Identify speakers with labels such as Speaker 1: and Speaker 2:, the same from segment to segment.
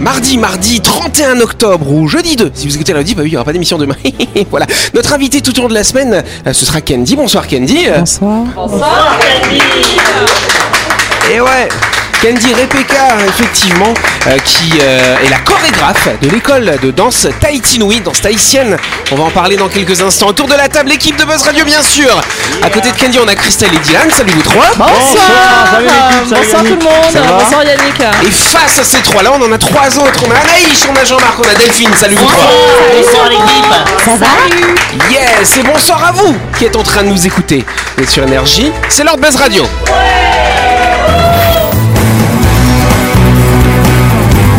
Speaker 1: Mardi, mardi 31 octobre ou jeudi 2. Si vous écoutez lundi, bah oui, il n'y aura pas d'émission demain. voilà. Notre invité tout au long de la semaine, euh, ce sera Candy. Bonsoir Candy.
Speaker 2: Bonsoir.
Speaker 1: Et ouais Candy Repeka, effectivement, euh, qui euh, est la chorégraphe de l'école de danse tahitinoui, danse tahitienne. On va en parler dans quelques instants. Autour de la table, l'équipe de Buzz Radio, bien sûr. À côté de Candy, on a Christelle et Dylan. Salut vous trois.
Speaker 2: Bonsoir.
Speaker 3: salut l'équipe, salut
Speaker 2: Bonsoir tout le
Speaker 3: Yannick.
Speaker 2: monde.
Speaker 1: Ça va
Speaker 2: Bonsoir Yannick.
Speaker 1: Et face à ces trois-là, on en a trois autres. On a Anaïs, on a Jean-Marc, on a Delphine. Salut vous trois.
Speaker 3: Bonsoir l'équipe
Speaker 2: Ça va
Speaker 1: Yes, et bonsoir à vous qui êtes en train de nous écouter. Vous êtes sur Énergie, c'est l'heure de Buzz Radio.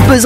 Speaker 4: Buzz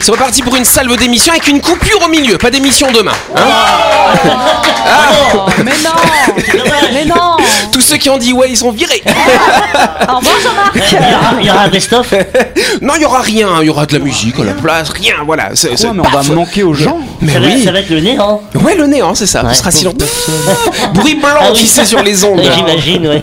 Speaker 1: C'est reparti pour une salve d'émission avec une coupure au milieu, pas d'émission demain. hein. Ah.
Speaker 2: Oh, Ah. mais non. mais non. Ah.
Speaker 1: Tous ceux qui ont dit ouais, ils sont virés.
Speaker 2: Au revoir Jean-Marc.
Speaker 3: Il y aura- Il y aura un best-of
Speaker 1: non, il y aura rien, il y aura de la musique à la place, rien, voilà. C'est, c'est-
Speaker 5: mais on va
Speaker 1: paf.
Speaker 5: manquer aux gens.
Speaker 1: Mais
Speaker 3: ça, va-
Speaker 1: oui.
Speaker 3: ça va être le néant
Speaker 1: Ouais, le néant, c'est ça.
Speaker 3: Ouais. Ah
Speaker 1: Ce sera silence. Pfff, Bruit blanc qui s'est sur les ondes.
Speaker 3: J'imagine, ouais.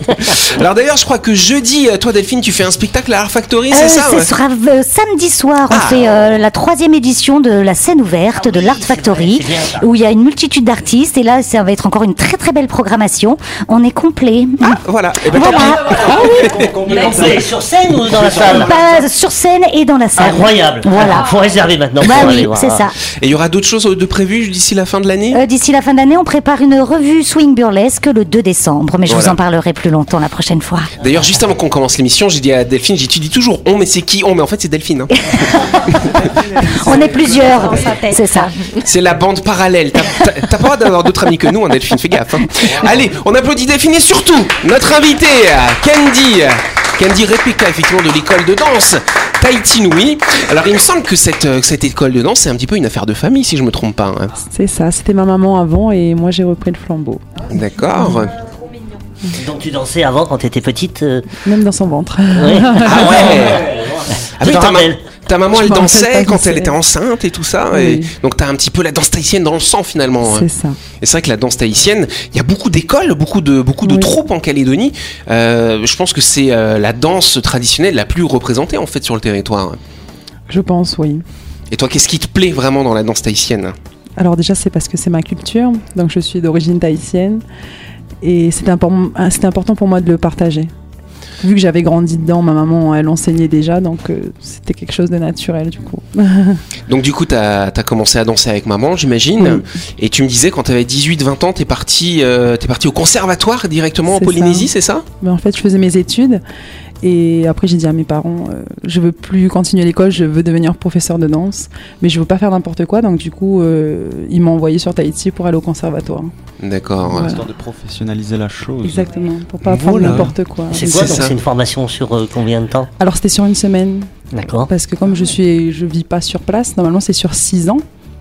Speaker 1: Alors d'ailleurs, je crois que jeudi, euh, toi Delphine, tu fais un spectacle à Art Factory, c'est
Speaker 6: Euh,
Speaker 1: ça ouais
Speaker 6: Ce sera euh, samedi soir.
Speaker 1: Ah.
Speaker 6: On fait euh, la troisième édition de la scène ouverte de l'Art Factory,
Speaker 3: Ah c'est bien ça.
Speaker 6: où il y a une multitude d'artistes. Et là, ça va être encore une très très belle programmation. On est complet.
Speaker 1: Ah, voilà. Eh ben, tant
Speaker 6: Voilà. Ah
Speaker 3: Bah, Vous allez sur scène ou dans la salle
Speaker 6: Bah, sur scène et dans la salle.
Speaker 3: Incroyable
Speaker 6: Voilà.
Speaker 3: Faut réserver maintenant
Speaker 6: Bah
Speaker 3: pour aller
Speaker 6: oui,
Speaker 3: voir. euh,
Speaker 6: c'est ça.
Speaker 1: Et il y aura d'autres choses de prévues d'ici la fin de l'année
Speaker 6: Euh, D'ici la fin d'année, on prépare une revue swing burlesque le 2 décembre, mais je vous
Speaker 1: Voilà.
Speaker 6: en parlerai plus longtemps la prochaine fois.
Speaker 1: D'ailleurs, juste avant qu'on commence l'émission, j'ai dit à Delphine, j'ai tu dis toujours on, mais c'est qui on Mais en fait, c'est Delphine. hein.
Speaker 6: On est plusieurs, c'est ça.
Speaker 1: C'est la bande parallèle. T'as- T'as t'as pas le droit d'avoir d'autres amis que nous, hein, Delphine, fais gaffe. hein. Allez, on applaudit Delphine et surtout notre invitée, Candy. Candy Replica, effectivement, de l'école de danse Tahiti Nui. Alors, il me semble que cette, euh, que cette école de danse, c'est un petit peu une affaire de famille, si je me trompe pas. hein.
Speaker 2: C'est ça, c'était ma maman avant et moi j'ai repris le flambeau,
Speaker 1: D'accord
Speaker 3: Donc tu dansais avant quand t'étais petite euh,
Speaker 2: même dans son ventre.
Speaker 3: ouais.
Speaker 1: Ah ouais Ah
Speaker 3: Je
Speaker 1: oui,
Speaker 3: me
Speaker 1: ta, ma-
Speaker 3: rappelle.
Speaker 1: ta maman,
Speaker 2: Je
Speaker 1: elle
Speaker 2: me rappelle
Speaker 1: dansait
Speaker 2: pas
Speaker 1: quand
Speaker 2: danser.
Speaker 1: elle était enceinte et tout ça. Et
Speaker 2: Oui.
Speaker 1: donc, t'as un petit peu la danse tahitienne dans le sang, finalement. hein.
Speaker 2: C'est ça.
Speaker 1: Et c'est vrai que la danse tahitienne, il y a beaucoup d'écoles, beaucoup de, beaucoup de
Speaker 2: Oui.
Speaker 1: troupes en Calédonie. Euh, je pense que c'est euh, la danse traditionnelle la plus représentée en fait sur le territoire.
Speaker 2: Je pense, oui.
Speaker 1: Et toi, qu'est-ce qui te plaît vraiment dans la danse tahitienne
Speaker 2: Alors déjà, c'est parce que c'est ma culture, donc je suis d'origine tahitienne et c'est impor- ah, c'est important pour moi de le partager. Vu que j'avais grandi dedans, ma maman elle enseignait déjà, donc euh, c'était quelque chose de naturel du coup.
Speaker 1: Donc du coup, tu as, commencé à danser avec maman, j'imagine. Et tu me disais, quand tu avais 18-20 ans, tu es, parti euh, t'es parti au conservatoire directement en
Speaker 2: C'est ça.
Speaker 1: Polynésie, c'est ça
Speaker 2: Mais en fait, je faisais mes études et après j'ai dit à mes parents, euh, je veux plus continuer l'école, je veux devenir professeur de danse, mais je veux pas faire n'importe quoi, donc du coup euh, ils m'ont envoyé sur Tahiti pour aller au conservatoire.
Speaker 1: D'accord.
Speaker 2: Voilà.
Speaker 5: Histoire de professionnaliser la chose.
Speaker 2: Exactement, pour pas apprendre
Speaker 1: Voilà.
Speaker 2: n'importe quoi.
Speaker 3: C'est quoi
Speaker 1: C'est
Speaker 3: donc
Speaker 1: ça.
Speaker 3: c'est une formation sur euh, combien de temps
Speaker 2: Alors c'était sur une semaine,
Speaker 3: D'accord
Speaker 2: parce que comme je suis, je vis pas sur place, normalement c'est sur 6 ans.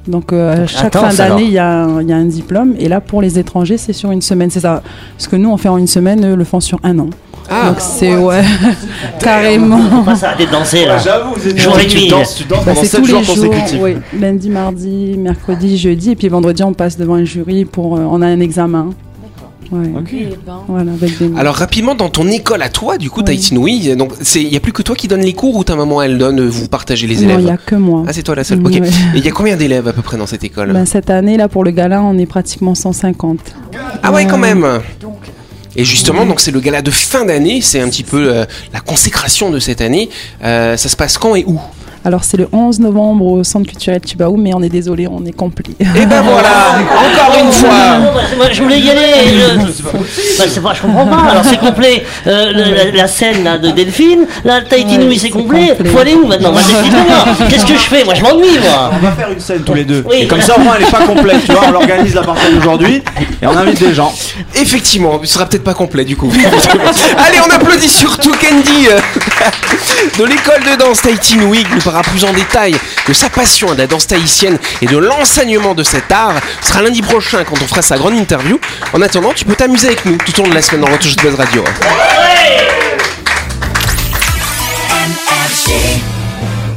Speaker 2: Donc euh, à chaque
Speaker 3: intense,
Speaker 2: fin d'année, il y, a un- il y a un diplôme. Et là, pour les étrangers, c'est sur une semaine. C'est ça. Ce que nous, on fait en une semaine, eux, le font sur un an.
Speaker 1: Ah,
Speaker 2: Donc c'est ouais, carrément.
Speaker 3: On va s'arrêter de danser là
Speaker 5: J'avoue, vous êtes
Speaker 3: Jour et nuit.
Speaker 5: tu danses
Speaker 2: Bah, c'est tous les jours,
Speaker 5: consécutifs.
Speaker 2: oui. lundi, mardi, mercredi, jeudi, et puis vendredi on passe devant un jury pour euh, on a un examen. Ouais.
Speaker 5: Ok.
Speaker 3: ben.
Speaker 2: Voilà, avec des-
Speaker 1: Alors rapidement dans ton école à toi, du coup,
Speaker 2: Oui.
Speaker 1: Tahiti Nui, donc c'est il y a plus que toi qui donne les cours ou ta maman elle donne, vous partagez les
Speaker 2: non,
Speaker 1: élèves.
Speaker 2: il n'y a que moi.
Speaker 1: Ah c'est toi la seule.
Speaker 2: Mm,
Speaker 1: Ok.
Speaker 2: ouais.
Speaker 1: Et il y a combien d'élèves à peu près dans cette école
Speaker 2: Ben, cette année là pour le gala, on est pratiquement 150.
Speaker 1: Ah ouais,
Speaker 2: Ouais.
Speaker 1: quand même. Et justement, donc c'est le gala de fin d'année, c'est un petit peu euh, la consécration de cette année. Euh, ça se passe quand et où
Speaker 2: Alors c'est le 11 novembre au centre culturel Tubaou, mais on est désolé, on est complet.
Speaker 1: Et ben voilà, encore une fois.
Speaker 3: Non, bah, c'est- moi, je voulais y aller. Je, Bah, c'est pas- je comprends pas. Alors c'est complet. Euh, le- la, la scène là, de Delphine, là, le Tahiti
Speaker 2: Ouais,
Speaker 3: Nui, c'est
Speaker 2: c'est
Speaker 3: complet.
Speaker 2: complet.
Speaker 3: Faut aller où maintenant Moi, c'est- c'est- Qu'est-ce que je fais Moi, je m'ennuie, moi.
Speaker 5: On va faire une scène tous les deux.
Speaker 3: Oui.
Speaker 5: Et comme ça, au moins, elle est pas complète. Tu vois, on l'organise la partie d'aujourd'hui et on invite des gens.
Speaker 1: Effectivement, il sera peut-être pas complet du coup. Allez, on applaudit surtout Candy euh, de l'école de danse Tahiti Nui qui nous parlera plus en détail de sa passion de la danse tahitienne et de l'enseignement de cet art. Ce sera lundi prochain quand on fera sa grande interview. En attendant, tu peux t'amuser avec nous tout au long de la semaine dans Retouche de Buzz Radio.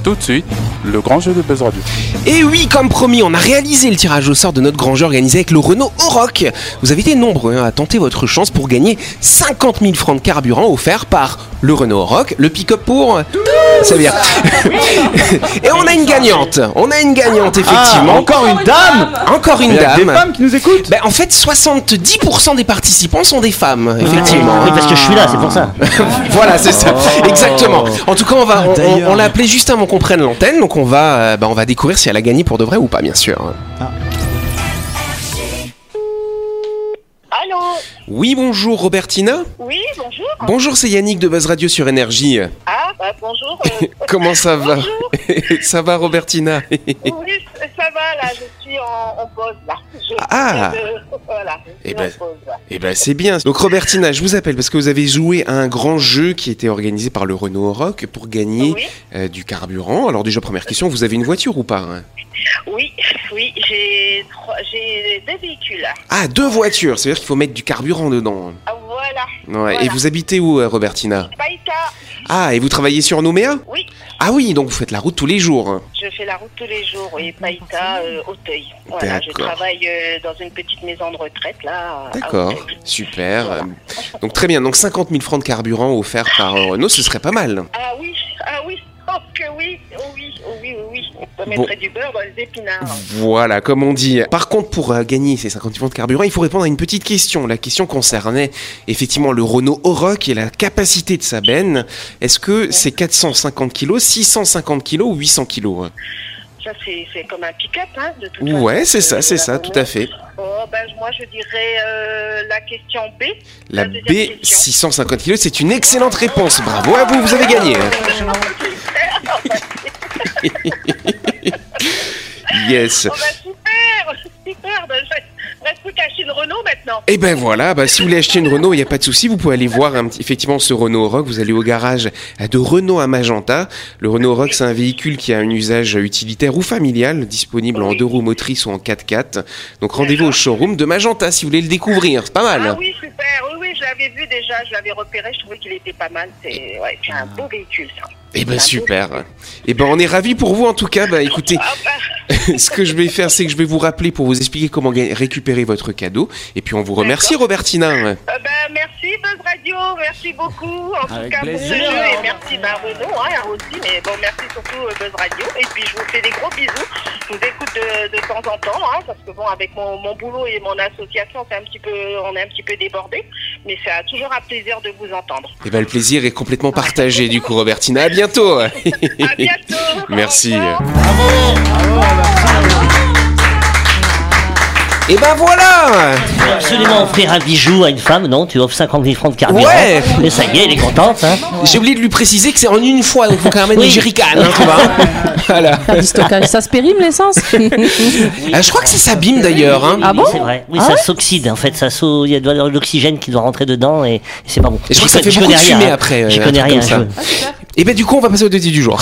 Speaker 7: Tout de suite, le grand jeu de Buzz Radio.
Speaker 1: Et oui, comme promis, on a réalisé le tirage au sort de notre grand jeu organisé avec le Renault Oroc. Vous avez été nombreux hein, à tenter votre chance pour gagner 50 000 francs de carburant offerts par le Renault Oroc, le pick-up pour... euh, C'est bien. Et on a une gagnante. On a une gagnante, effectivement.
Speaker 5: Ah, encore une dame
Speaker 1: Encore une
Speaker 5: Il y a des
Speaker 1: dame.
Speaker 5: femmes qui nous écoutent
Speaker 1: Ben, en fait, 70% des participants sont des femmes, effectivement.
Speaker 5: Ah.
Speaker 3: Oui, parce que je suis là, c'est pour ça.
Speaker 1: Voilà, c'est ça. Exactement. En tout cas, on va, on- on,
Speaker 5: d'ailleurs.
Speaker 1: on l'a appelée juste avant qu'on prenne l'antenne, donc on va, euh, bah, on va découvrir si elle a gagné pour de vrai ou pas, bien sûr.
Speaker 8: Allô
Speaker 1: Oui, bonjour Robertina.
Speaker 8: Oui, bonjour.
Speaker 1: Bonjour, c'est Yannick de Buzz Radio sur Énergie.
Speaker 8: Ah, bah, bonjour. euh,
Speaker 1: Comment ça va
Speaker 8: bonjour.
Speaker 1: Ça va Robertina
Speaker 8: Oui, ça va, là, je suis en, en pause, là. Je-
Speaker 1: Ah.
Speaker 8: je- Voilà, je
Speaker 1: Eh
Speaker 8: suis
Speaker 1: ben.
Speaker 8: en pause, là.
Speaker 1: Eh ben c'est bien. Donc Robertina, je vous appelle parce que vous avez joué à un grand jeu qui était organisé par le Renault Rock pour gagner
Speaker 8: Oui,
Speaker 1: euh, du carburant. Alors déjà première question, vous avez une voiture ou pas hein
Speaker 8: oui, oui, j'ai trois- j'ai des véhicules.
Speaker 1: Ah, deux voitures, c'est-à-dire qu'il faut mettre du carburant dedans.
Speaker 8: Ah, Voilà,
Speaker 1: Ouais.
Speaker 8: Voilà.
Speaker 1: Et vous habitez où euh, Robertina
Speaker 8: Païta,
Speaker 1: Ah, et vous travaillez sur Nouméa
Speaker 8: Oui.
Speaker 1: Ah oui, donc vous faites la route tous les jours. hein.
Speaker 8: je fais la route tous les jours, et Païta, euh, Auteuil. Voilà, je
Speaker 1: Ah, D'accord.
Speaker 8: travaille euh, dans une petite maison de retraite, là. à
Speaker 1: D'accord,
Speaker 8: Auteuil.
Speaker 1: super.
Speaker 8: Voilà.
Speaker 1: Donc très bien, donc 50 000 francs de carburant offerts par euh, Renault, ce serait pas mal.
Speaker 8: Ah oui, ah oui, oh que oui, oh oui, oh oui, oh oui. On
Speaker 1: Bon.
Speaker 8: mettrait du beurre dans les épinards.
Speaker 1: Voilà, comme on dit. Par contre, pour euh, gagner ces 50 francs de carburant, il faut répondre à une petite question. La question concernait effectivement le Renault Oroch et la capacité de sa benne. Est-ce que c'est 450 kilos, 650 kilos ou 800 kilos hein
Speaker 8: Ça, c'est c'est comme un pick-up, hein, de toute façon.
Speaker 1: Ouais, c'est ça,
Speaker 8: Euh,
Speaker 1: c'est
Speaker 8: la
Speaker 1: ça, tout à fait.
Speaker 8: Oh, ben, moi, je dirais euh, la question B.
Speaker 1: La
Speaker 8: La deuxième
Speaker 1: B,
Speaker 8: question.
Speaker 1: 650 kilos, c'est une excellente réponse. Bravo à vous, vous avez gagné. hein. Yes.
Speaker 8: Oh, ben, super, super. Ben, je reste plus qu'à acheter une Renault maintenant.
Speaker 1: Et ben voilà, bah si vous voulez acheter une Renault, il n'y a pas de souci, vous pouvez aller voir un petit- effectivement ce Renault Rock. Vous allez au garage de Renault à Magenta. Le Renault Rock, c'est un véhicule qui a un usage utilitaire ou familial, disponible en deux roues motrices ou en 4x4. Donc rendez-vous au showroom de Magenta si vous voulez le découvrir. C'est pas
Speaker 8: Ah
Speaker 1: mal.
Speaker 8: oui, super. Oui, oui, je l'avais vu déjà, je l'avais repéré, je trouvais qu'il était pas mal. C'est ouais, c'est
Speaker 1: Ah.
Speaker 8: un beau véhicule, ça.
Speaker 1: Eh ben super. Eh ben on est ravis pour vous en tout cas. Bah écoutez,
Speaker 8: Ah, ben,
Speaker 1: ce que je vais faire, c'est que je vais vous rappeler pour vous expliquer comment ga- récupérer votre cadeau. Et puis on vous remercie Robertina.
Speaker 8: euh, ben, merci Buzz Radio, merci beaucoup. En
Speaker 5: Avec
Speaker 8: tout cas,
Speaker 5: plaisir.
Speaker 8: pour ce jeu, et merci ben, Renault hein, aussi, mais bon, merci surtout euh, Buzz Radio. Et puis je vous fais des gros bisous. Je vous écoute de, de temps en temps, hein, parce que bon, avec mon, mon boulot et mon association, c'est un petit peu, on est un petit peu débordé, mais c'est euh, toujours un plaisir de vous entendre.
Speaker 1: Eh ben le plaisir est complètement partagé du coup Robertina. À bientôt.
Speaker 8: À bientôt. au
Speaker 1: Merci.
Speaker 8: revoir.
Speaker 1: Et ben voilà
Speaker 3: Tu peux absolument offrir un bijou à une femme, non Tu offres 50 000 francs de carburant.
Speaker 1: Ouais.
Speaker 3: Et ça y est, elle est contente. Hein
Speaker 1: J'ai oublié de lui préciser que c'est en une fois, donc faut quand même
Speaker 3: Oui.
Speaker 1: des jerrycans, hein, tu vois. Voilà.
Speaker 9: Faire du stockage, ça se périme l'essence
Speaker 1: Euh, je crois que ça s'abîme d'ailleurs. Hein.
Speaker 9: Ah bon
Speaker 3: C'est vrai. Oui,
Speaker 9: Ah
Speaker 3: ça
Speaker 9: ouais
Speaker 3: s'oxyde en fait. Ça s'o- Il y a de l'oxygène qui doit rentrer dedans et, et c'est pas bon.
Speaker 1: Et je crois que ça
Speaker 3: J'y
Speaker 1: fait
Speaker 3: con- j'y
Speaker 1: beaucoup de
Speaker 3: connais rien,
Speaker 1: fumée
Speaker 3: hein.
Speaker 1: après.
Speaker 3: J'y
Speaker 1: euh, un
Speaker 3: connais
Speaker 1: truc
Speaker 3: rien.
Speaker 1: comme ça.
Speaker 3: je- Ah,
Speaker 1: Et ben du coup, on va passer au dossier du jour.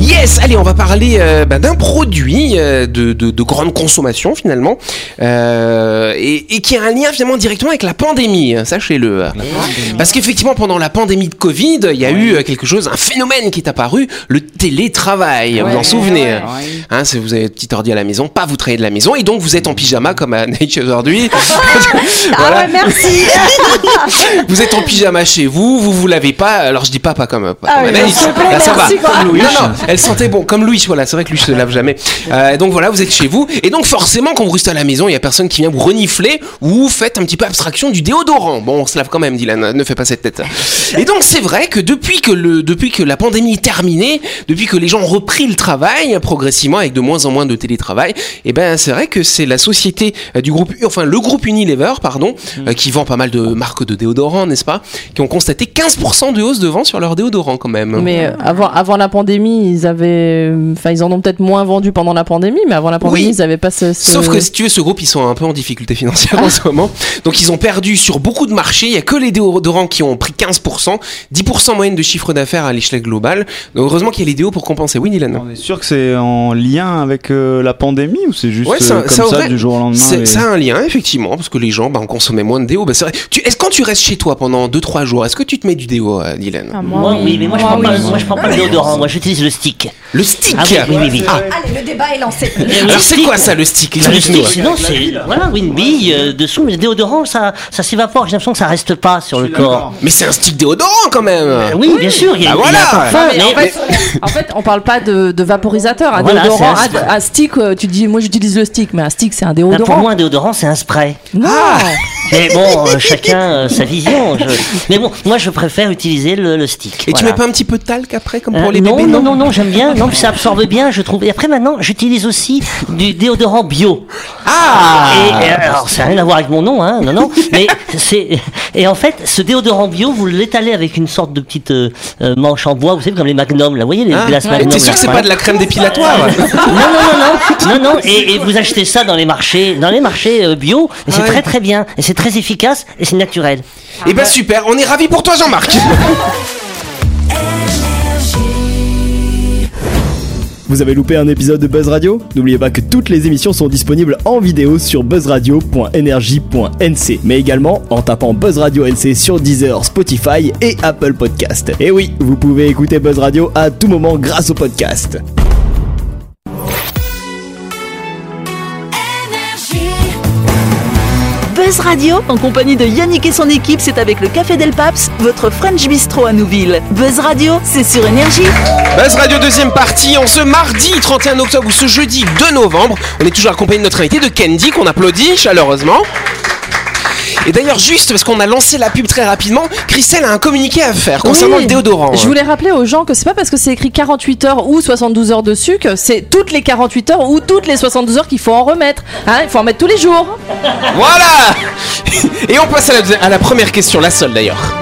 Speaker 1: Yes, allez, on va parler euh, bah, d'un produit euh, de, de- de grande consommation finalement, euh, et, et qui a un lien finalement directement avec la pandémie, hein, sachez-le. Parce qu'effectivement, pendant la pandémie de Covid, il y a eu euh, quelque chose, un phénomène qui est apparu, le télétravail, vous vous en souvenez Hein, c'est- vous avez un petit ordi à la maison, pas vous travaillez de la maison, et donc vous êtes en pyjama comme à Nike aujourd'hui. Voilà.
Speaker 9: merci
Speaker 1: Vous êtes en pyjama chez vous, vous vous lavez pas. Alors je dis pas pas comme. Pas comme
Speaker 9: oui,
Speaker 1: Anaïs.
Speaker 9: s'il vous plaît,
Speaker 1: Là, ça va.
Speaker 9: merci, quoi.
Speaker 1: Comme Louis. Non non, elle sentait bon comme Louis. Voilà, c'est vrai que Louis se lave jamais. Euh, donc voilà, vous êtes chez vous et donc forcément quand vous restez à la maison, il y a personne qui vient vous renifler ou vous faites un petit peu abstraction du déodorant. Bon, on se lave quand même, Dylan. Ne fais pas cette tête. Et donc c'est vrai que depuis que le depuis que la pandémie est terminée, depuis que les gens ont repris le travail hein, progressivement avec de moins en moins de télétravail, et ben c'est vrai que c'est la société euh, du groupe enfin le groupe Unilever pardon euh, qui vend pas mal de marques de déodorants, n'est-ce pas, qui ont constaté 15% de hausse de vente sur leur déodorant quand même.
Speaker 9: euh, Mais euh, avant, avant la pandémie, ils ils avaient, enfin, ils en ont peut-être moins vendu pendant la pandémie, mais avant la pandémie,
Speaker 1: Oui.
Speaker 9: ils n'avaient pas ce. ce-
Speaker 1: Sauf que si tu veux, ce groupe, ils sont un peu en difficulté financière en ce moment. Donc ils ont perdu sur beaucoup de marchés. Il y a que les déodorants qui ont pris 15%, 10% moyenne de chiffre d'affaires à l'échelle globale. Donc heureusement qu'il y a les déos pour compenser. Oui, Nilan
Speaker 5: On est sûr que c'est en lien avec euh, la pandémie ou c'est juste
Speaker 1: Ouais,
Speaker 5: euh,
Speaker 1: ça,
Speaker 5: comme
Speaker 1: ça
Speaker 5: ça,
Speaker 1: aurait-
Speaker 5: du jour au lendemain
Speaker 1: c'est-
Speaker 5: les-
Speaker 1: Ça a un lien, effectivement, parce que les gens, bah, on consommait moins de déo. Bah, c'est vrai. Tu- Est-ce quand tu restes chez toi pendant 2-3 jours, est-ce que tu te mets du déo, euh, Dylan
Speaker 10: Ah,
Speaker 3: Moi, oui, mais moi, je prends pas, moi, je prends pas le déodorant. Moi, j'utilise le stick.
Speaker 1: Le stick
Speaker 3: Ah oui, oui, oui, oui.
Speaker 1: Ah,
Speaker 6: Allez, le débat est lancé.
Speaker 1: Alors c'est quoi ça, le stick
Speaker 3: Le
Speaker 1: Explique-nous.
Speaker 3: stick, sinon, c'est voilà, oui, une bille euh, dessous, mais le déodorant, ça, ça s'évapore. J'ai l'impression que ça reste pas sur le corps.
Speaker 1: Mais c'est un stick déodorant quand même
Speaker 3: Euh, Oui, bien sûr, il y a, il y
Speaker 1: Bah
Speaker 3: a
Speaker 1: voilà.
Speaker 3: un parfum,
Speaker 9: Enfin, mais en,
Speaker 3: mais-
Speaker 9: fait, en fait, on parle pas de, de vaporisateur, à
Speaker 3: Voilà,
Speaker 9: déodorant,
Speaker 3: c'est un-
Speaker 9: à, à stick. euh, Tu dis, moi j'utilise le stick, mais un stick c'est un
Speaker 3: Là,
Speaker 9: déodorant.
Speaker 3: pour moi, ah, un déodorant, c'est un spray.
Speaker 9: Non.
Speaker 1: Ah,
Speaker 3: Mais bon, euh, chacun euh, sa vision. je- Mais bon, moi, je préfère utiliser le, le stick.
Speaker 1: Et tu
Speaker 3: voilà.
Speaker 1: mets pas un petit peu de talc après, comme
Speaker 3: Euh,
Speaker 1: pour les
Speaker 3: non,
Speaker 1: bébés
Speaker 3: non, non, non, j'aime bien. Non, puis ça absorbe bien, je trouve. Et après, maintenant, j'utilise aussi du déodorant bio.
Speaker 1: Ah
Speaker 3: Et, euh, alors, ça n'a rien à voir avec mon nom, hein, non, non. Mais c'est et en fait, ce déodorant bio, vous l'étalez avec une sorte de petite euh, euh, manche en bois, vous savez comme les Magnum, là, vous voyez les
Speaker 1: Hein
Speaker 3: glaces Magnum.
Speaker 1: T'es sûr
Speaker 3: là.
Speaker 1: que c'est pas de la crème dépilatoire
Speaker 3: Non, non, non, non, non, non. Et, et vous achetez ça dans les marchés, dans les marchés euh, bio, et c'est
Speaker 1: Ah Ouais.
Speaker 3: très très bien, et c'est très efficace, et c'est naturel.
Speaker 1: Eh ben super, on est ravis pour toi Jean-Marc
Speaker 11: Vous avez loupé un épisode de Buzz Radio N'oubliez pas que toutes les émissions sont disponibles en vidéo sur buzzradio.energie.nc, mais également en tapant Buzz Radio NC sur Deezer, Spotify et Apple Podcast. Et oui, vous pouvez écouter Buzz Radio à tout moment grâce au podcast.
Speaker 4: Buzz Radio, en compagnie de Yannick et son équipe, c'est avec le Café Del Paps, votre French Bistro à Nouville. Buzz Radio, c'est sur Énergie.
Speaker 1: Buzz Radio deuxième partie, en ce mardi 31 octobre ou ce jeudi 2 novembre, on est toujours accompagné de notre invité de Candy qu'on applaudit chaleureusement. Et d'ailleurs juste parce qu'on a lancé la pub très rapidement, Christelle a un communiqué à faire concernant
Speaker 9: Oui.
Speaker 1: le déodorant. euh.
Speaker 9: Je voulais rappeler aux gens que c'est pas parce que c'est écrit 48 heures ou 72 heures dessus que c'est toutes les 48 heures ou toutes les 72 heures qu'il faut en remettre. Hein, il faut en mettre tous les jours.
Speaker 1: Voilà Et on passe à la, deuxi- à la première question, la seule d'ailleurs.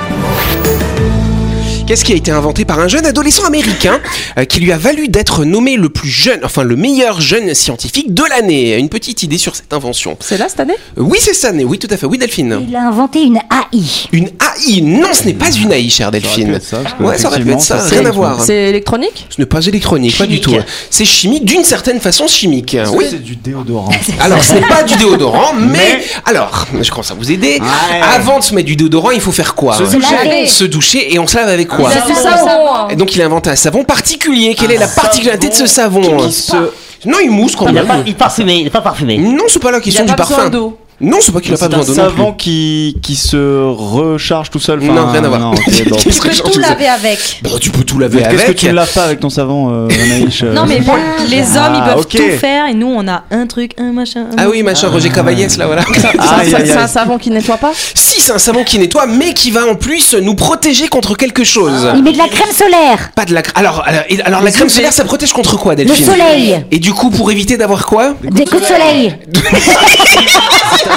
Speaker 1: Qu'est-ce qui a été inventé par un jeune adolescent américain euh, qui lui a valu d'être nommé le plus jeune, enfin le meilleur jeune scientifique de l'année Une petite idée sur cette invention.
Speaker 9: C'est là cette année
Speaker 1: Euh, Oui, c'est ça, né- oui, tout à fait. Oui, Delphine.
Speaker 6: Il a inventé une AI.
Speaker 1: Une AI Non, ce n'est pas une AI, chère Delphine.
Speaker 5: que
Speaker 1: ouais, ça aurait pu être ça,
Speaker 5: effectivement, ça,
Speaker 1: rien à
Speaker 5: c'est-
Speaker 1: voir. Ce
Speaker 9: C'est électronique
Speaker 1: n'est pas électronique, pas du
Speaker 3: Chimique.
Speaker 1: tout. C'est chimie, d'une certaine façon chimique.
Speaker 5: Est-ce que
Speaker 1: Oui.
Speaker 5: C'est du déodorant.
Speaker 1: Alors, ce n'est pas du déodorant, mais,
Speaker 5: Mais-
Speaker 1: alors, je commence à vous aider.
Speaker 5: Ouais.
Speaker 1: Avant de se mettre du déodorant, il faut faire quoi
Speaker 5: Se
Speaker 6: Se laver.
Speaker 1: Se doucher et on se lave avec quoi
Speaker 9: C'est du savon.
Speaker 1: Et donc, il a inventé un savon particulier. Quelle est la particularité de ce savon
Speaker 5: Ce-
Speaker 1: Non, il mousse quand
Speaker 3: Il n'est
Speaker 1: même.
Speaker 3: pas, il est parfumé, il est pas parfumé.
Speaker 1: Non, c'est pas la
Speaker 9: Il a
Speaker 1: question
Speaker 9: pas
Speaker 1: du
Speaker 9: besoin
Speaker 1: parfum.
Speaker 9: d'eau.
Speaker 1: Non, c'est pas qu'il a pas
Speaker 5: C'est un
Speaker 1: besoin d'eau non plus.
Speaker 5: savon qui, qui se recharge tout seul. enfin,
Speaker 1: Non, rien à voir.
Speaker 5: non, ok, bon.
Speaker 1: Qui se
Speaker 6: Tu peux
Speaker 1: recharge
Speaker 6: tout
Speaker 1: tout
Speaker 6: laver avec.
Speaker 1: seul. Bon, tu peux tout laver
Speaker 5: Qu'est-ce que
Speaker 1: avec.
Speaker 5: tu laves pas avec ton savon, euh, Anaïs euh,
Speaker 10: Non mais bon, les hommes ils
Speaker 5: Ah,
Speaker 10: peuvent
Speaker 5: ok.
Speaker 10: tout faire et nous on a un truc, un machin. Un
Speaker 1: Ah oui, machin, Roger Cavaillès, là, voilà.
Speaker 5: Ah,
Speaker 9: C'est
Speaker 5: aïe,
Speaker 9: un-
Speaker 5: aïe,
Speaker 9: c'est un
Speaker 5: aïe.
Speaker 9: savon qui nettoie pas
Speaker 1: Si, c'est un savon qui nettoie, mais qui va en plus nous protéger contre quelque chose.
Speaker 6: Il met de la crème solaire.
Speaker 1: Pas de la cr- alors alors, et- alors la crème solaire ça protège contre quoi Delphine
Speaker 6: Le soleil.
Speaker 1: Et du coup pour éviter d'avoir quoi
Speaker 6: Des coups de soleil.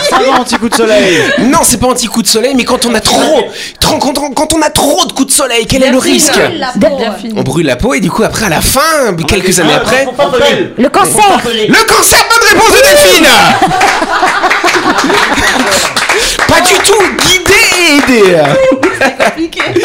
Speaker 5: Savon anti-coup de soleil
Speaker 1: Non c'est pas anti coup de soleil mais quand on a trop, trop- quand, on, quand on a trop de coups de soleil quel est le risque
Speaker 9: Bien fini.
Speaker 1: On brûle la peau et du coup après à la fin quelques années après
Speaker 3: Ah, Faut pas peler.
Speaker 6: Le
Speaker 3: Faut pas
Speaker 6: cancer.
Speaker 3: peler.
Speaker 1: le cancer bonne réponse de Delphine Pas du tout guidé et aidé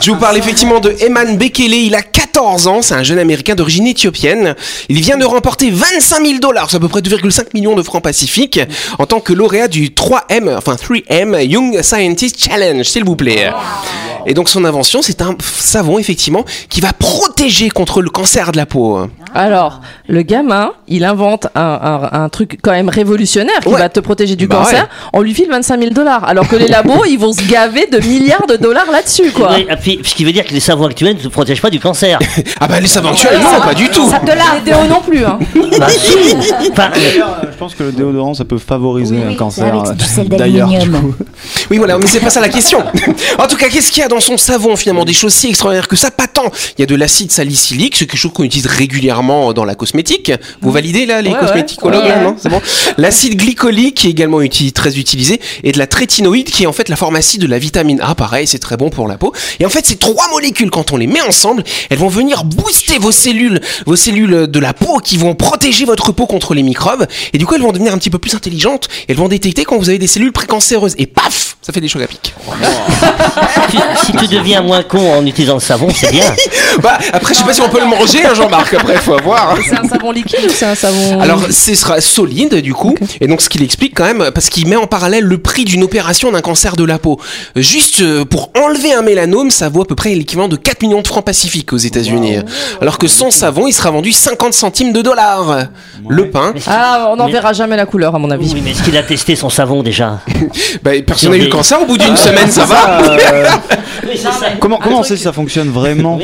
Speaker 1: Je vous parle effectivement de Eman Bekele. Il a 14 ans, c'est un jeune américain d'origine éthiopienne. Il vient de remporter 25 000 dollars, c'est à peu près 2,5 millions de francs pacifiques, en tant que lauréat du 3M, enfin 3M Young Scientist Challenge, s'il vous plaît. Et donc son invention, c'est un savon effectivement qui va protéger contre le cancer de la peau.
Speaker 9: Alors, le gamin, il invente un, un- un truc quand même révolutionnaire qui
Speaker 1: Ouais.
Speaker 9: va te protéger du
Speaker 1: Bah
Speaker 9: cancer.
Speaker 1: ouais.
Speaker 9: On lui file 25 000 dollars. Alors que les labos, ils vont se gaver de milliards de dollars là-dessus, quoi.
Speaker 3: Oui, et puis, ce qui veut dire que les savons actuels ne se protègent pas du cancer. Ah,
Speaker 1: Ah bah les savons actuels, non, pas du tout.
Speaker 9: De là, les déos non plus. Hein.
Speaker 3: Bah, si. Enfin, euh,
Speaker 5: D'ailleurs, euh, Je pense que le déodorant ça peut favoriser
Speaker 6: Oui,
Speaker 5: un
Speaker 6: oui,
Speaker 5: cancer.
Speaker 6: avec du sel
Speaker 5: D'ailleurs, du
Speaker 6: d'aluminium.
Speaker 5: coup.
Speaker 1: Oui, voilà, mais c'est pas ça la question. en tout cas, qu'est-ce qu'il y a dans son savon finalement Des choses si extraordinaires que ça, pas tant. Il y a de l'acide salicylique, c'est quelque chose qu'on utilise régulièrement dans la cosmétique. Vous validez là les
Speaker 12: Mmh. Ouais, ouais.
Speaker 1: cosméticologues
Speaker 12: Ouais,
Speaker 1: là,
Speaker 12: ouais.
Speaker 1: non C'est bon. L'acide glycolique qui est également uti- très utilisé et de la trétinoïde qui est en fait la forme acide de la vitamine A. Pareil, c'est très bon pour la peau. Et en fait, ces trois molécules, quand on les met ensemble, elles vont venir booster vos cellules, vos cellules de la peau qui vont protéger votre peau contre les microbes. Et du coup, elles vont devenir un petit peu plus intelligentes. Elles vont détecter quand vous avez des cellules précancéreuses. Et paf, ça fait des choses à pic.
Speaker 3: Si tu deviens moins con en utilisant le savon, c'est bien.
Speaker 1: bah, après, je sais pas si on peut le manger, hein, Jean-Marc. Après, faut hein. voir.
Speaker 9: C'est un savon liquide ou c'est un savon.
Speaker 1: Alors, ce sera solide du coup, et donc ce qu'il explique quand même, parce qu'il met en parallèle le prix d'une opération d'un cancer de la peau. Euh, Juste euh, pour enlever un mélanome, ça vaut à peu près l'équivalent de 4 millions de francs pacifiques aux États-Unis. Alors que sans savon, il sera vendu 50 centimes de dollars. Le pain.
Speaker 9: Ah, on n'en verra jamais la couleur, à mon avis.
Speaker 3: Oui, mais est-ce qu'il a testé son savon déjà Ah,
Speaker 1: bah, Personne n'a eu le cancer au bout
Speaker 5: Ah.
Speaker 1: d'une semaine, ça va
Speaker 3: euh,
Speaker 5: Comment, comment on sait si ça fonctionne vraiment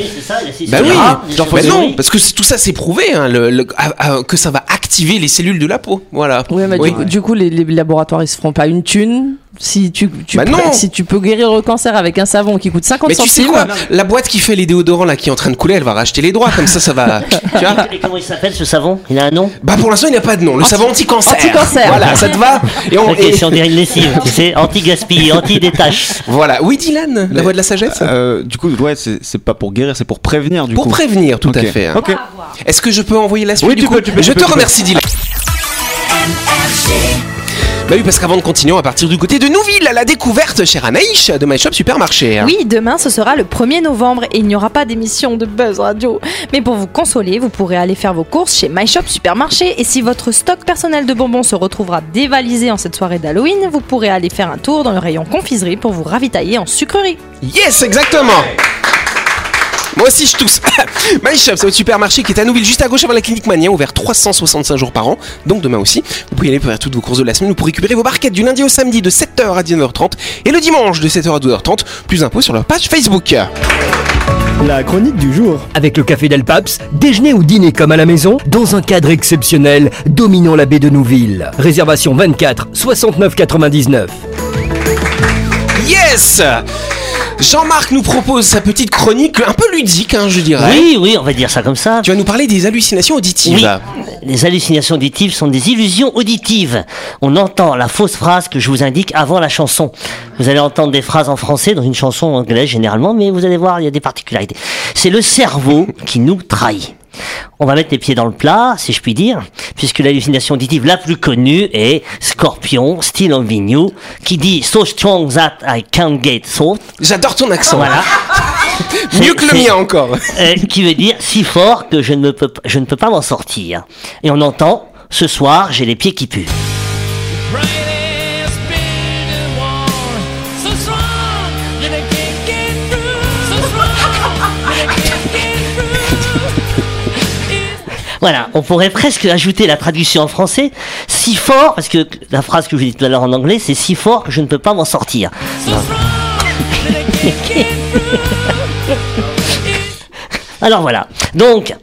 Speaker 1: Bah oui,
Speaker 5: Ah,
Speaker 1: Bah
Speaker 5: genre, faut dire
Speaker 1: non,
Speaker 5: oui.
Speaker 1: parce que c'est- tout ça c'est prouvé hein, le- le- à- à- que ça va activer les cellules de la peau. Voilà.
Speaker 9: Oui, mais
Speaker 1: Oui.
Speaker 9: Du, coup, du coup, les, les laboratoires, ils se feront pas une thune. Si tu, tu
Speaker 1: Bah
Speaker 9: pr-
Speaker 1: non.
Speaker 9: si tu peux guérir le cancer avec un savon qui coûte 50
Speaker 1: Mais tu sais
Speaker 9: centimes.
Speaker 1: quoi La boîte qui fait les déodorants là qui est en train de couler, elle va racheter les droits comme ça ça va. tu vois
Speaker 3: Et comment il s'appelle ce savon Ah, Il a un nom
Speaker 1: Bah pour l'instant il n'y a pas de nom. Le savon anti-cancer.
Speaker 3: Anti-cancer.
Speaker 1: Voilà, ça te va Et on-
Speaker 3: Ok,
Speaker 1: et-
Speaker 3: c'est on dirait une lessive. C'est anti-gaspille, anti-détache.
Speaker 1: Voilà. Oui, Dylan, la voix de la sagesse.
Speaker 5: euh, du coup, ouais, c'est c'est pas pour guérir, c'est pour prévenir. Du
Speaker 1: Pour
Speaker 5: coup.
Speaker 1: prévenir, tout à
Speaker 5: Ok.
Speaker 1: fait, hein.
Speaker 5: Ok.
Speaker 1: Est-ce que je peux envoyer la suite
Speaker 5: Oui,
Speaker 1: du
Speaker 5: tu
Speaker 1: coup
Speaker 5: peux, tu peux,
Speaker 1: Je
Speaker 5: tu peux,
Speaker 1: te
Speaker 5: tu peux.
Speaker 1: remercie Dylan. Bah oui, parce qu'avant de continuer, on va partir du côté de Nouville à la découverte, chère Anaïs, de My Shop Supermarché. hein.
Speaker 10: Oui, demain ce sera le 1er novembre et il n'y aura pas d'émission de Buzz Radio. Mais pour vous consoler, vous pourrez aller faire vos courses chez My Shop Supermarché et si votre stock personnel de bonbons se retrouvera dévalisé en cette soirée d'Halloween, vous pourrez aller faire un tour dans le rayon confiserie pour vous ravitailler en sucreries.
Speaker 1: Yes, exactement Moi aussi, je tousse. My Shop, c'est votre supermarché qui est à Nouville, juste à gauche avant la clinique Mania, ouvert 365 jours par an, donc demain aussi. Vous pouvez y aller pour faire toutes vos courses de la semaine ou pour récupérer vos barquettes du lundi au samedi de 7h à 19h30 et le dimanche de 7h à 12h30. Plus d'impôts sur leur page Facebook.
Speaker 13: La chronique du jour. Avec le café Del Paps, déjeuner ou dîner comme à la maison, dans un cadre exceptionnel, dominant la baie de Nouville. Réservation 24 69 99.
Speaker 1: Yes Jean-Marc nous propose sa petite chronique un peu ludique, hein, je dirais.
Speaker 3: Oui, oui, on va dire ça comme ça.
Speaker 1: Tu vas nous parler des hallucinations auditives.
Speaker 3: Oui. Les hallucinations auditives sont des illusions auditives. On entend la fausse phrase que je vous indique avant la chanson. Vous allez entendre des phrases en français dans une chanson anglaise généralement, mais vous allez voir, il y a des particularités. C'est le cerveau qui nous trahit. On va mettre les pieds dans le plat, si je puis dire, puisque l'hallucination auditive la plus connue est Scorpion, Still on Vigneault, qui dit So strong that I can't get thought.
Speaker 1: J'adore ton accent.
Speaker 3: Voilà.
Speaker 1: Mieux que le
Speaker 3: C'est-
Speaker 1: mien encore.
Speaker 3: Euh, qui veut dire si fort que je ne, me peux, p- je ne peux pas m'en sortir. Et on entend ce soir, j'ai les pieds qui puent. Voilà, on pourrait presque ajouter la traduction en français si fort, parce que la phrase que je vous ai dit tout à l'heure en anglais, c'est si fort que je ne peux pas m'en sortir. Alors voilà. Donc,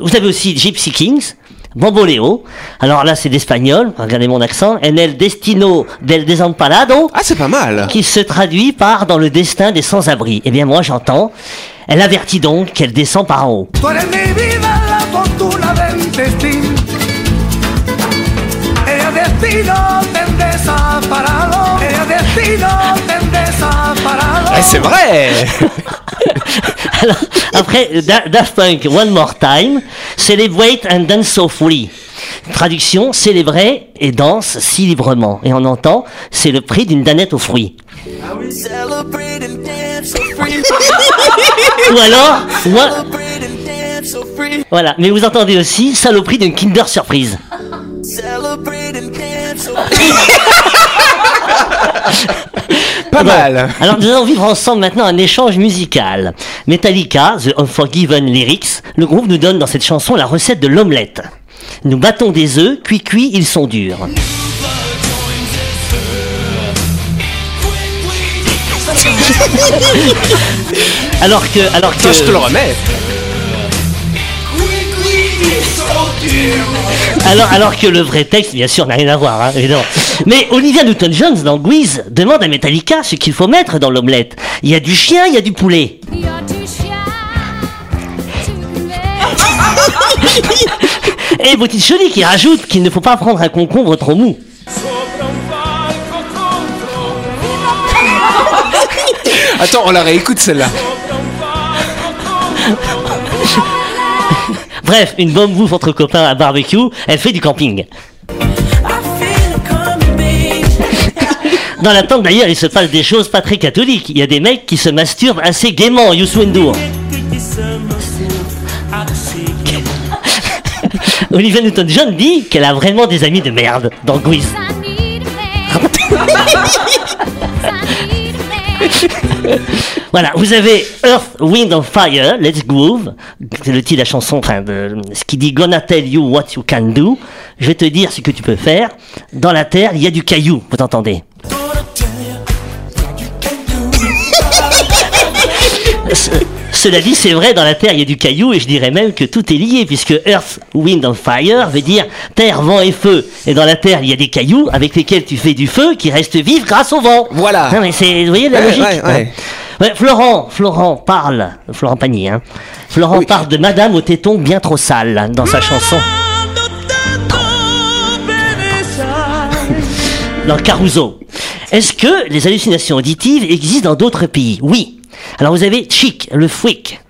Speaker 3: vous avez aussi Gypsy Kings, Bamboléo. Alors là, c'est d'espagnol. Regardez mon accent. En el destino del desamparado.
Speaker 1: Ah, c'est pas mal.
Speaker 3: Qui se traduit par dans le destin des sans-abri. Eh bien, moi, j'entends. Elle avertit donc qu'elle descend par en haut.
Speaker 12: Tú eres mi vida, la fortuna de mi destino. El destino del desamparado. El destino del desamparado.
Speaker 1: Ah, c'est vrai
Speaker 3: Alors, après, Da- Daft Punk, One More Time, Celebrate and Dance So Free. Traduction, célébrer et danse si librement. Et on entend, c'est le prix d'une danette aux fruits.
Speaker 12: Celebrate and dance so free.
Speaker 3: Ou alors, moi-
Speaker 12: Celebrate and dance so free.
Speaker 3: Voilà, mais vous entendez aussi saloperie d'une Kinder Surprise.
Speaker 12: Celebrate and dance so free.
Speaker 1: Pas mal.
Speaker 3: Alors nous allons vivre ensemble maintenant un échange musical. Metallica, The Unforgiven Lyrics, le groupe nous donne dans cette chanson la recette de l'omelette. Nous battons des œufs, cuit cuit, ils sont durs. Alors que, alors que.
Speaker 1: Tiens, je te le remets.
Speaker 3: Alors, alors que le vrai texte, bien sûr, n'a rien à voir, hein, évidemment. Mais Olivia Newton-John dans Grease demande à Metallica ce qu'il faut mettre dans l'omelette. Il y a du chien, il y a du poulet. Et Botticelli qui rajoute qu'il ne faut pas prendre un concombre trop mou.
Speaker 1: Attends, on la réécoute celle-là.
Speaker 3: Bref, une bonne bouffe entre copains à barbecue, elle fait du camping. Dans la tente d'ailleurs, il se passe des choses pas très catholiques. Il y a des mecs qui se masturbent assez gaiement, Youssou N'Dour. Olivia Newton-John dit qu'elle a vraiment des amis de merde dans Grease. voilà, vous avez Earth, Wind and Fire, Let's Groove, c'est le titre de la chanson, enfin, de, ce qui dit Gonna tell you what you can do, je vais te dire ce que tu peux faire. Dans la terre, il y a du caillou, vous entendez Ce- Cela dit, c'est vrai, dans la terre, il y a du caillou, et je dirais même que tout est lié, puisque Earth, Wind and Fire veut dire terre, vent et feu. Et dans la terre, il y a des cailloux avec lesquels tu fais du feu qui reste vif grâce au vent. Voilà. mais c'est, vous voyez la
Speaker 1: Ouais,
Speaker 3: logique
Speaker 1: ouais, ouais.
Speaker 3: Ouais, Florent, Florent parle, Florent Pagny, hein. Florent parle de Madame au téton bien trop sale dans sa chanson. dans Caruso. Est-ce que les hallucinations auditives existent dans d'autres pays Oui. Alors vous avez Chic, le fouic.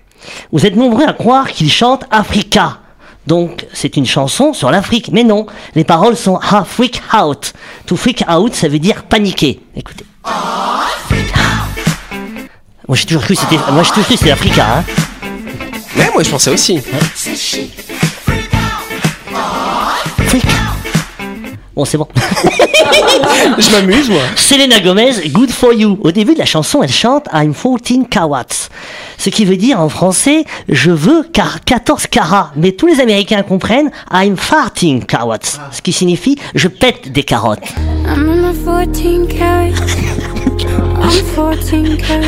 Speaker 3: Vous êtes nombreux à croire qu'il chante Africa. Donc c'est une chanson sur l'Afrique. Mais non, les paroles sont Ah, freak out. To freak out, ça veut dire paniquer. Écoutez. Moi j'ai toujours cru que c'était, moi j'ai toujours cru que c'était Africa. hein.
Speaker 1: Mais moi je pensais aussi.
Speaker 3: Bon, c'est bon. Je m'amuse, moi. Selena Gomez, Good for You. Au début de la chanson, elle chante I'm 14 carats. Ce qui veut dire en français, je veux car 14 carats. Mais tous les Américains comprennent I'm farting carats. Ce qui signifie je pète des carottes.
Speaker 14: I'm on a 14 carat. I'm 14 carat.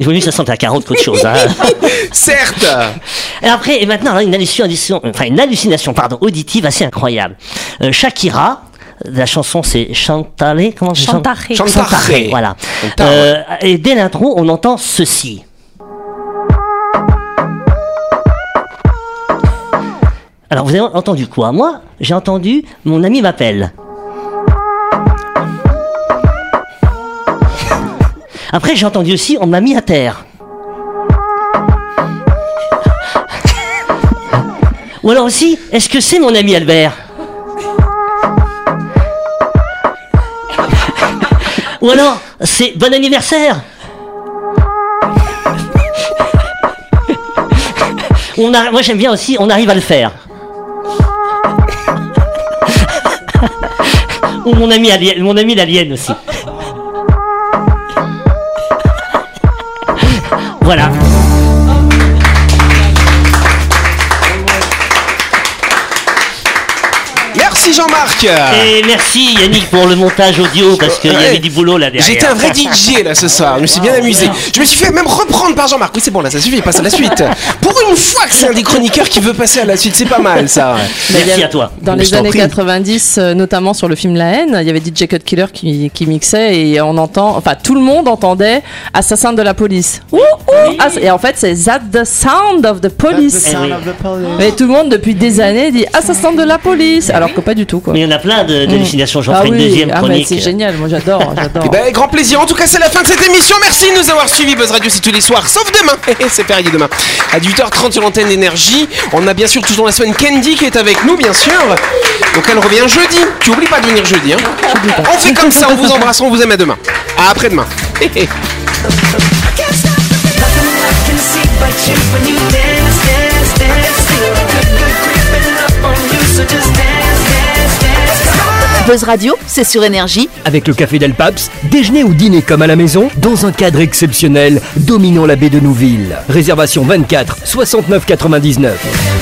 Speaker 3: Il vaut mieux que ça sente la carotte qu'autre chose. Hein. Certes Et après, et maintenant, alors, une hallucination, enfin, une hallucination pardon, auditive assez incroyable. Euh, Shakira, la chanson c'est Chantale, comment c'est
Speaker 10: Chantaré.
Speaker 3: Chantaré,
Speaker 10: Chantaré.
Speaker 3: voilà.
Speaker 10: Chantaré.
Speaker 3: Euh, et dès l'intro, on entend ceci. Alors, vous avez entendu quoi Moi, j'ai entendu Mon ami m'appelle. Après, j'ai entendu aussi On m'a mis à terre. Ou alors aussi, est-ce que c'est mon ami Albert Ou alors, c'est bon anniversaire on a, Moi j'aime bien aussi, on arrive à le faire. Ou mon ami, alien, mon ami l'alien aussi. Voilà.
Speaker 1: Merci Jean-Marc
Speaker 3: Et merci Yannick pour le montage audio parce qu'il y
Speaker 1: Ouais.
Speaker 3: avait du boulot là derrière.
Speaker 1: J'étais un vrai DJ là ce soir, je me suis bien amusé. Je me suis fait même reprendre par Jean-Marc. Oui, c'est bon, là ça suffit, passe à la suite. Pour une fois que c'est un des chroniqueurs qui veut passer à la suite, c'est pas mal ça.
Speaker 3: Merci à toi.
Speaker 9: Dans les années 90, euh, notamment sur le film La haine, il y avait DJ Cut Killer qui, qui mixait et on entend, enfin tout le monde entendait Assassin de la police. Ouh, ouh, ass- et en fait c'est That the sound of the police.
Speaker 3: Eh oui.
Speaker 9: Mais tout le monde depuis des années dit Assassin de la police, alors que pas du tout quoi.
Speaker 3: Mais il y en a plein de- d'hallucinations, j'en
Speaker 9: Ah
Speaker 3: ferai une
Speaker 9: oui,
Speaker 3: deuxième
Speaker 9: ah, mais
Speaker 3: chronique.
Speaker 9: C'est génial, moi j'adore, j'adore.
Speaker 1: Eh ben, grand plaisir. En tout cas, c'est la fin de cette émission. Merci de nous avoir suivis. Buzz Radio, c'est tous les soirs, sauf demain. c'est férié demain. À 18h30 sur l'antenne d'énergie. On a bien sûr toujours la semaine Candy qui est avec nous, bien sûr. Donc elle revient jeudi. Tu oublies pas de venir jeudi. Hein. On fait comme ça. On vous embrasse. On vous aime à demain. À après-demain.
Speaker 4: Buzz Radio, c'est sur énergie
Speaker 13: Avec le Café Del Paps, déjeuner ou dîner comme à la maison, dans un cadre exceptionnel, dominant la baie de Nouville. Réservation 24 69 99.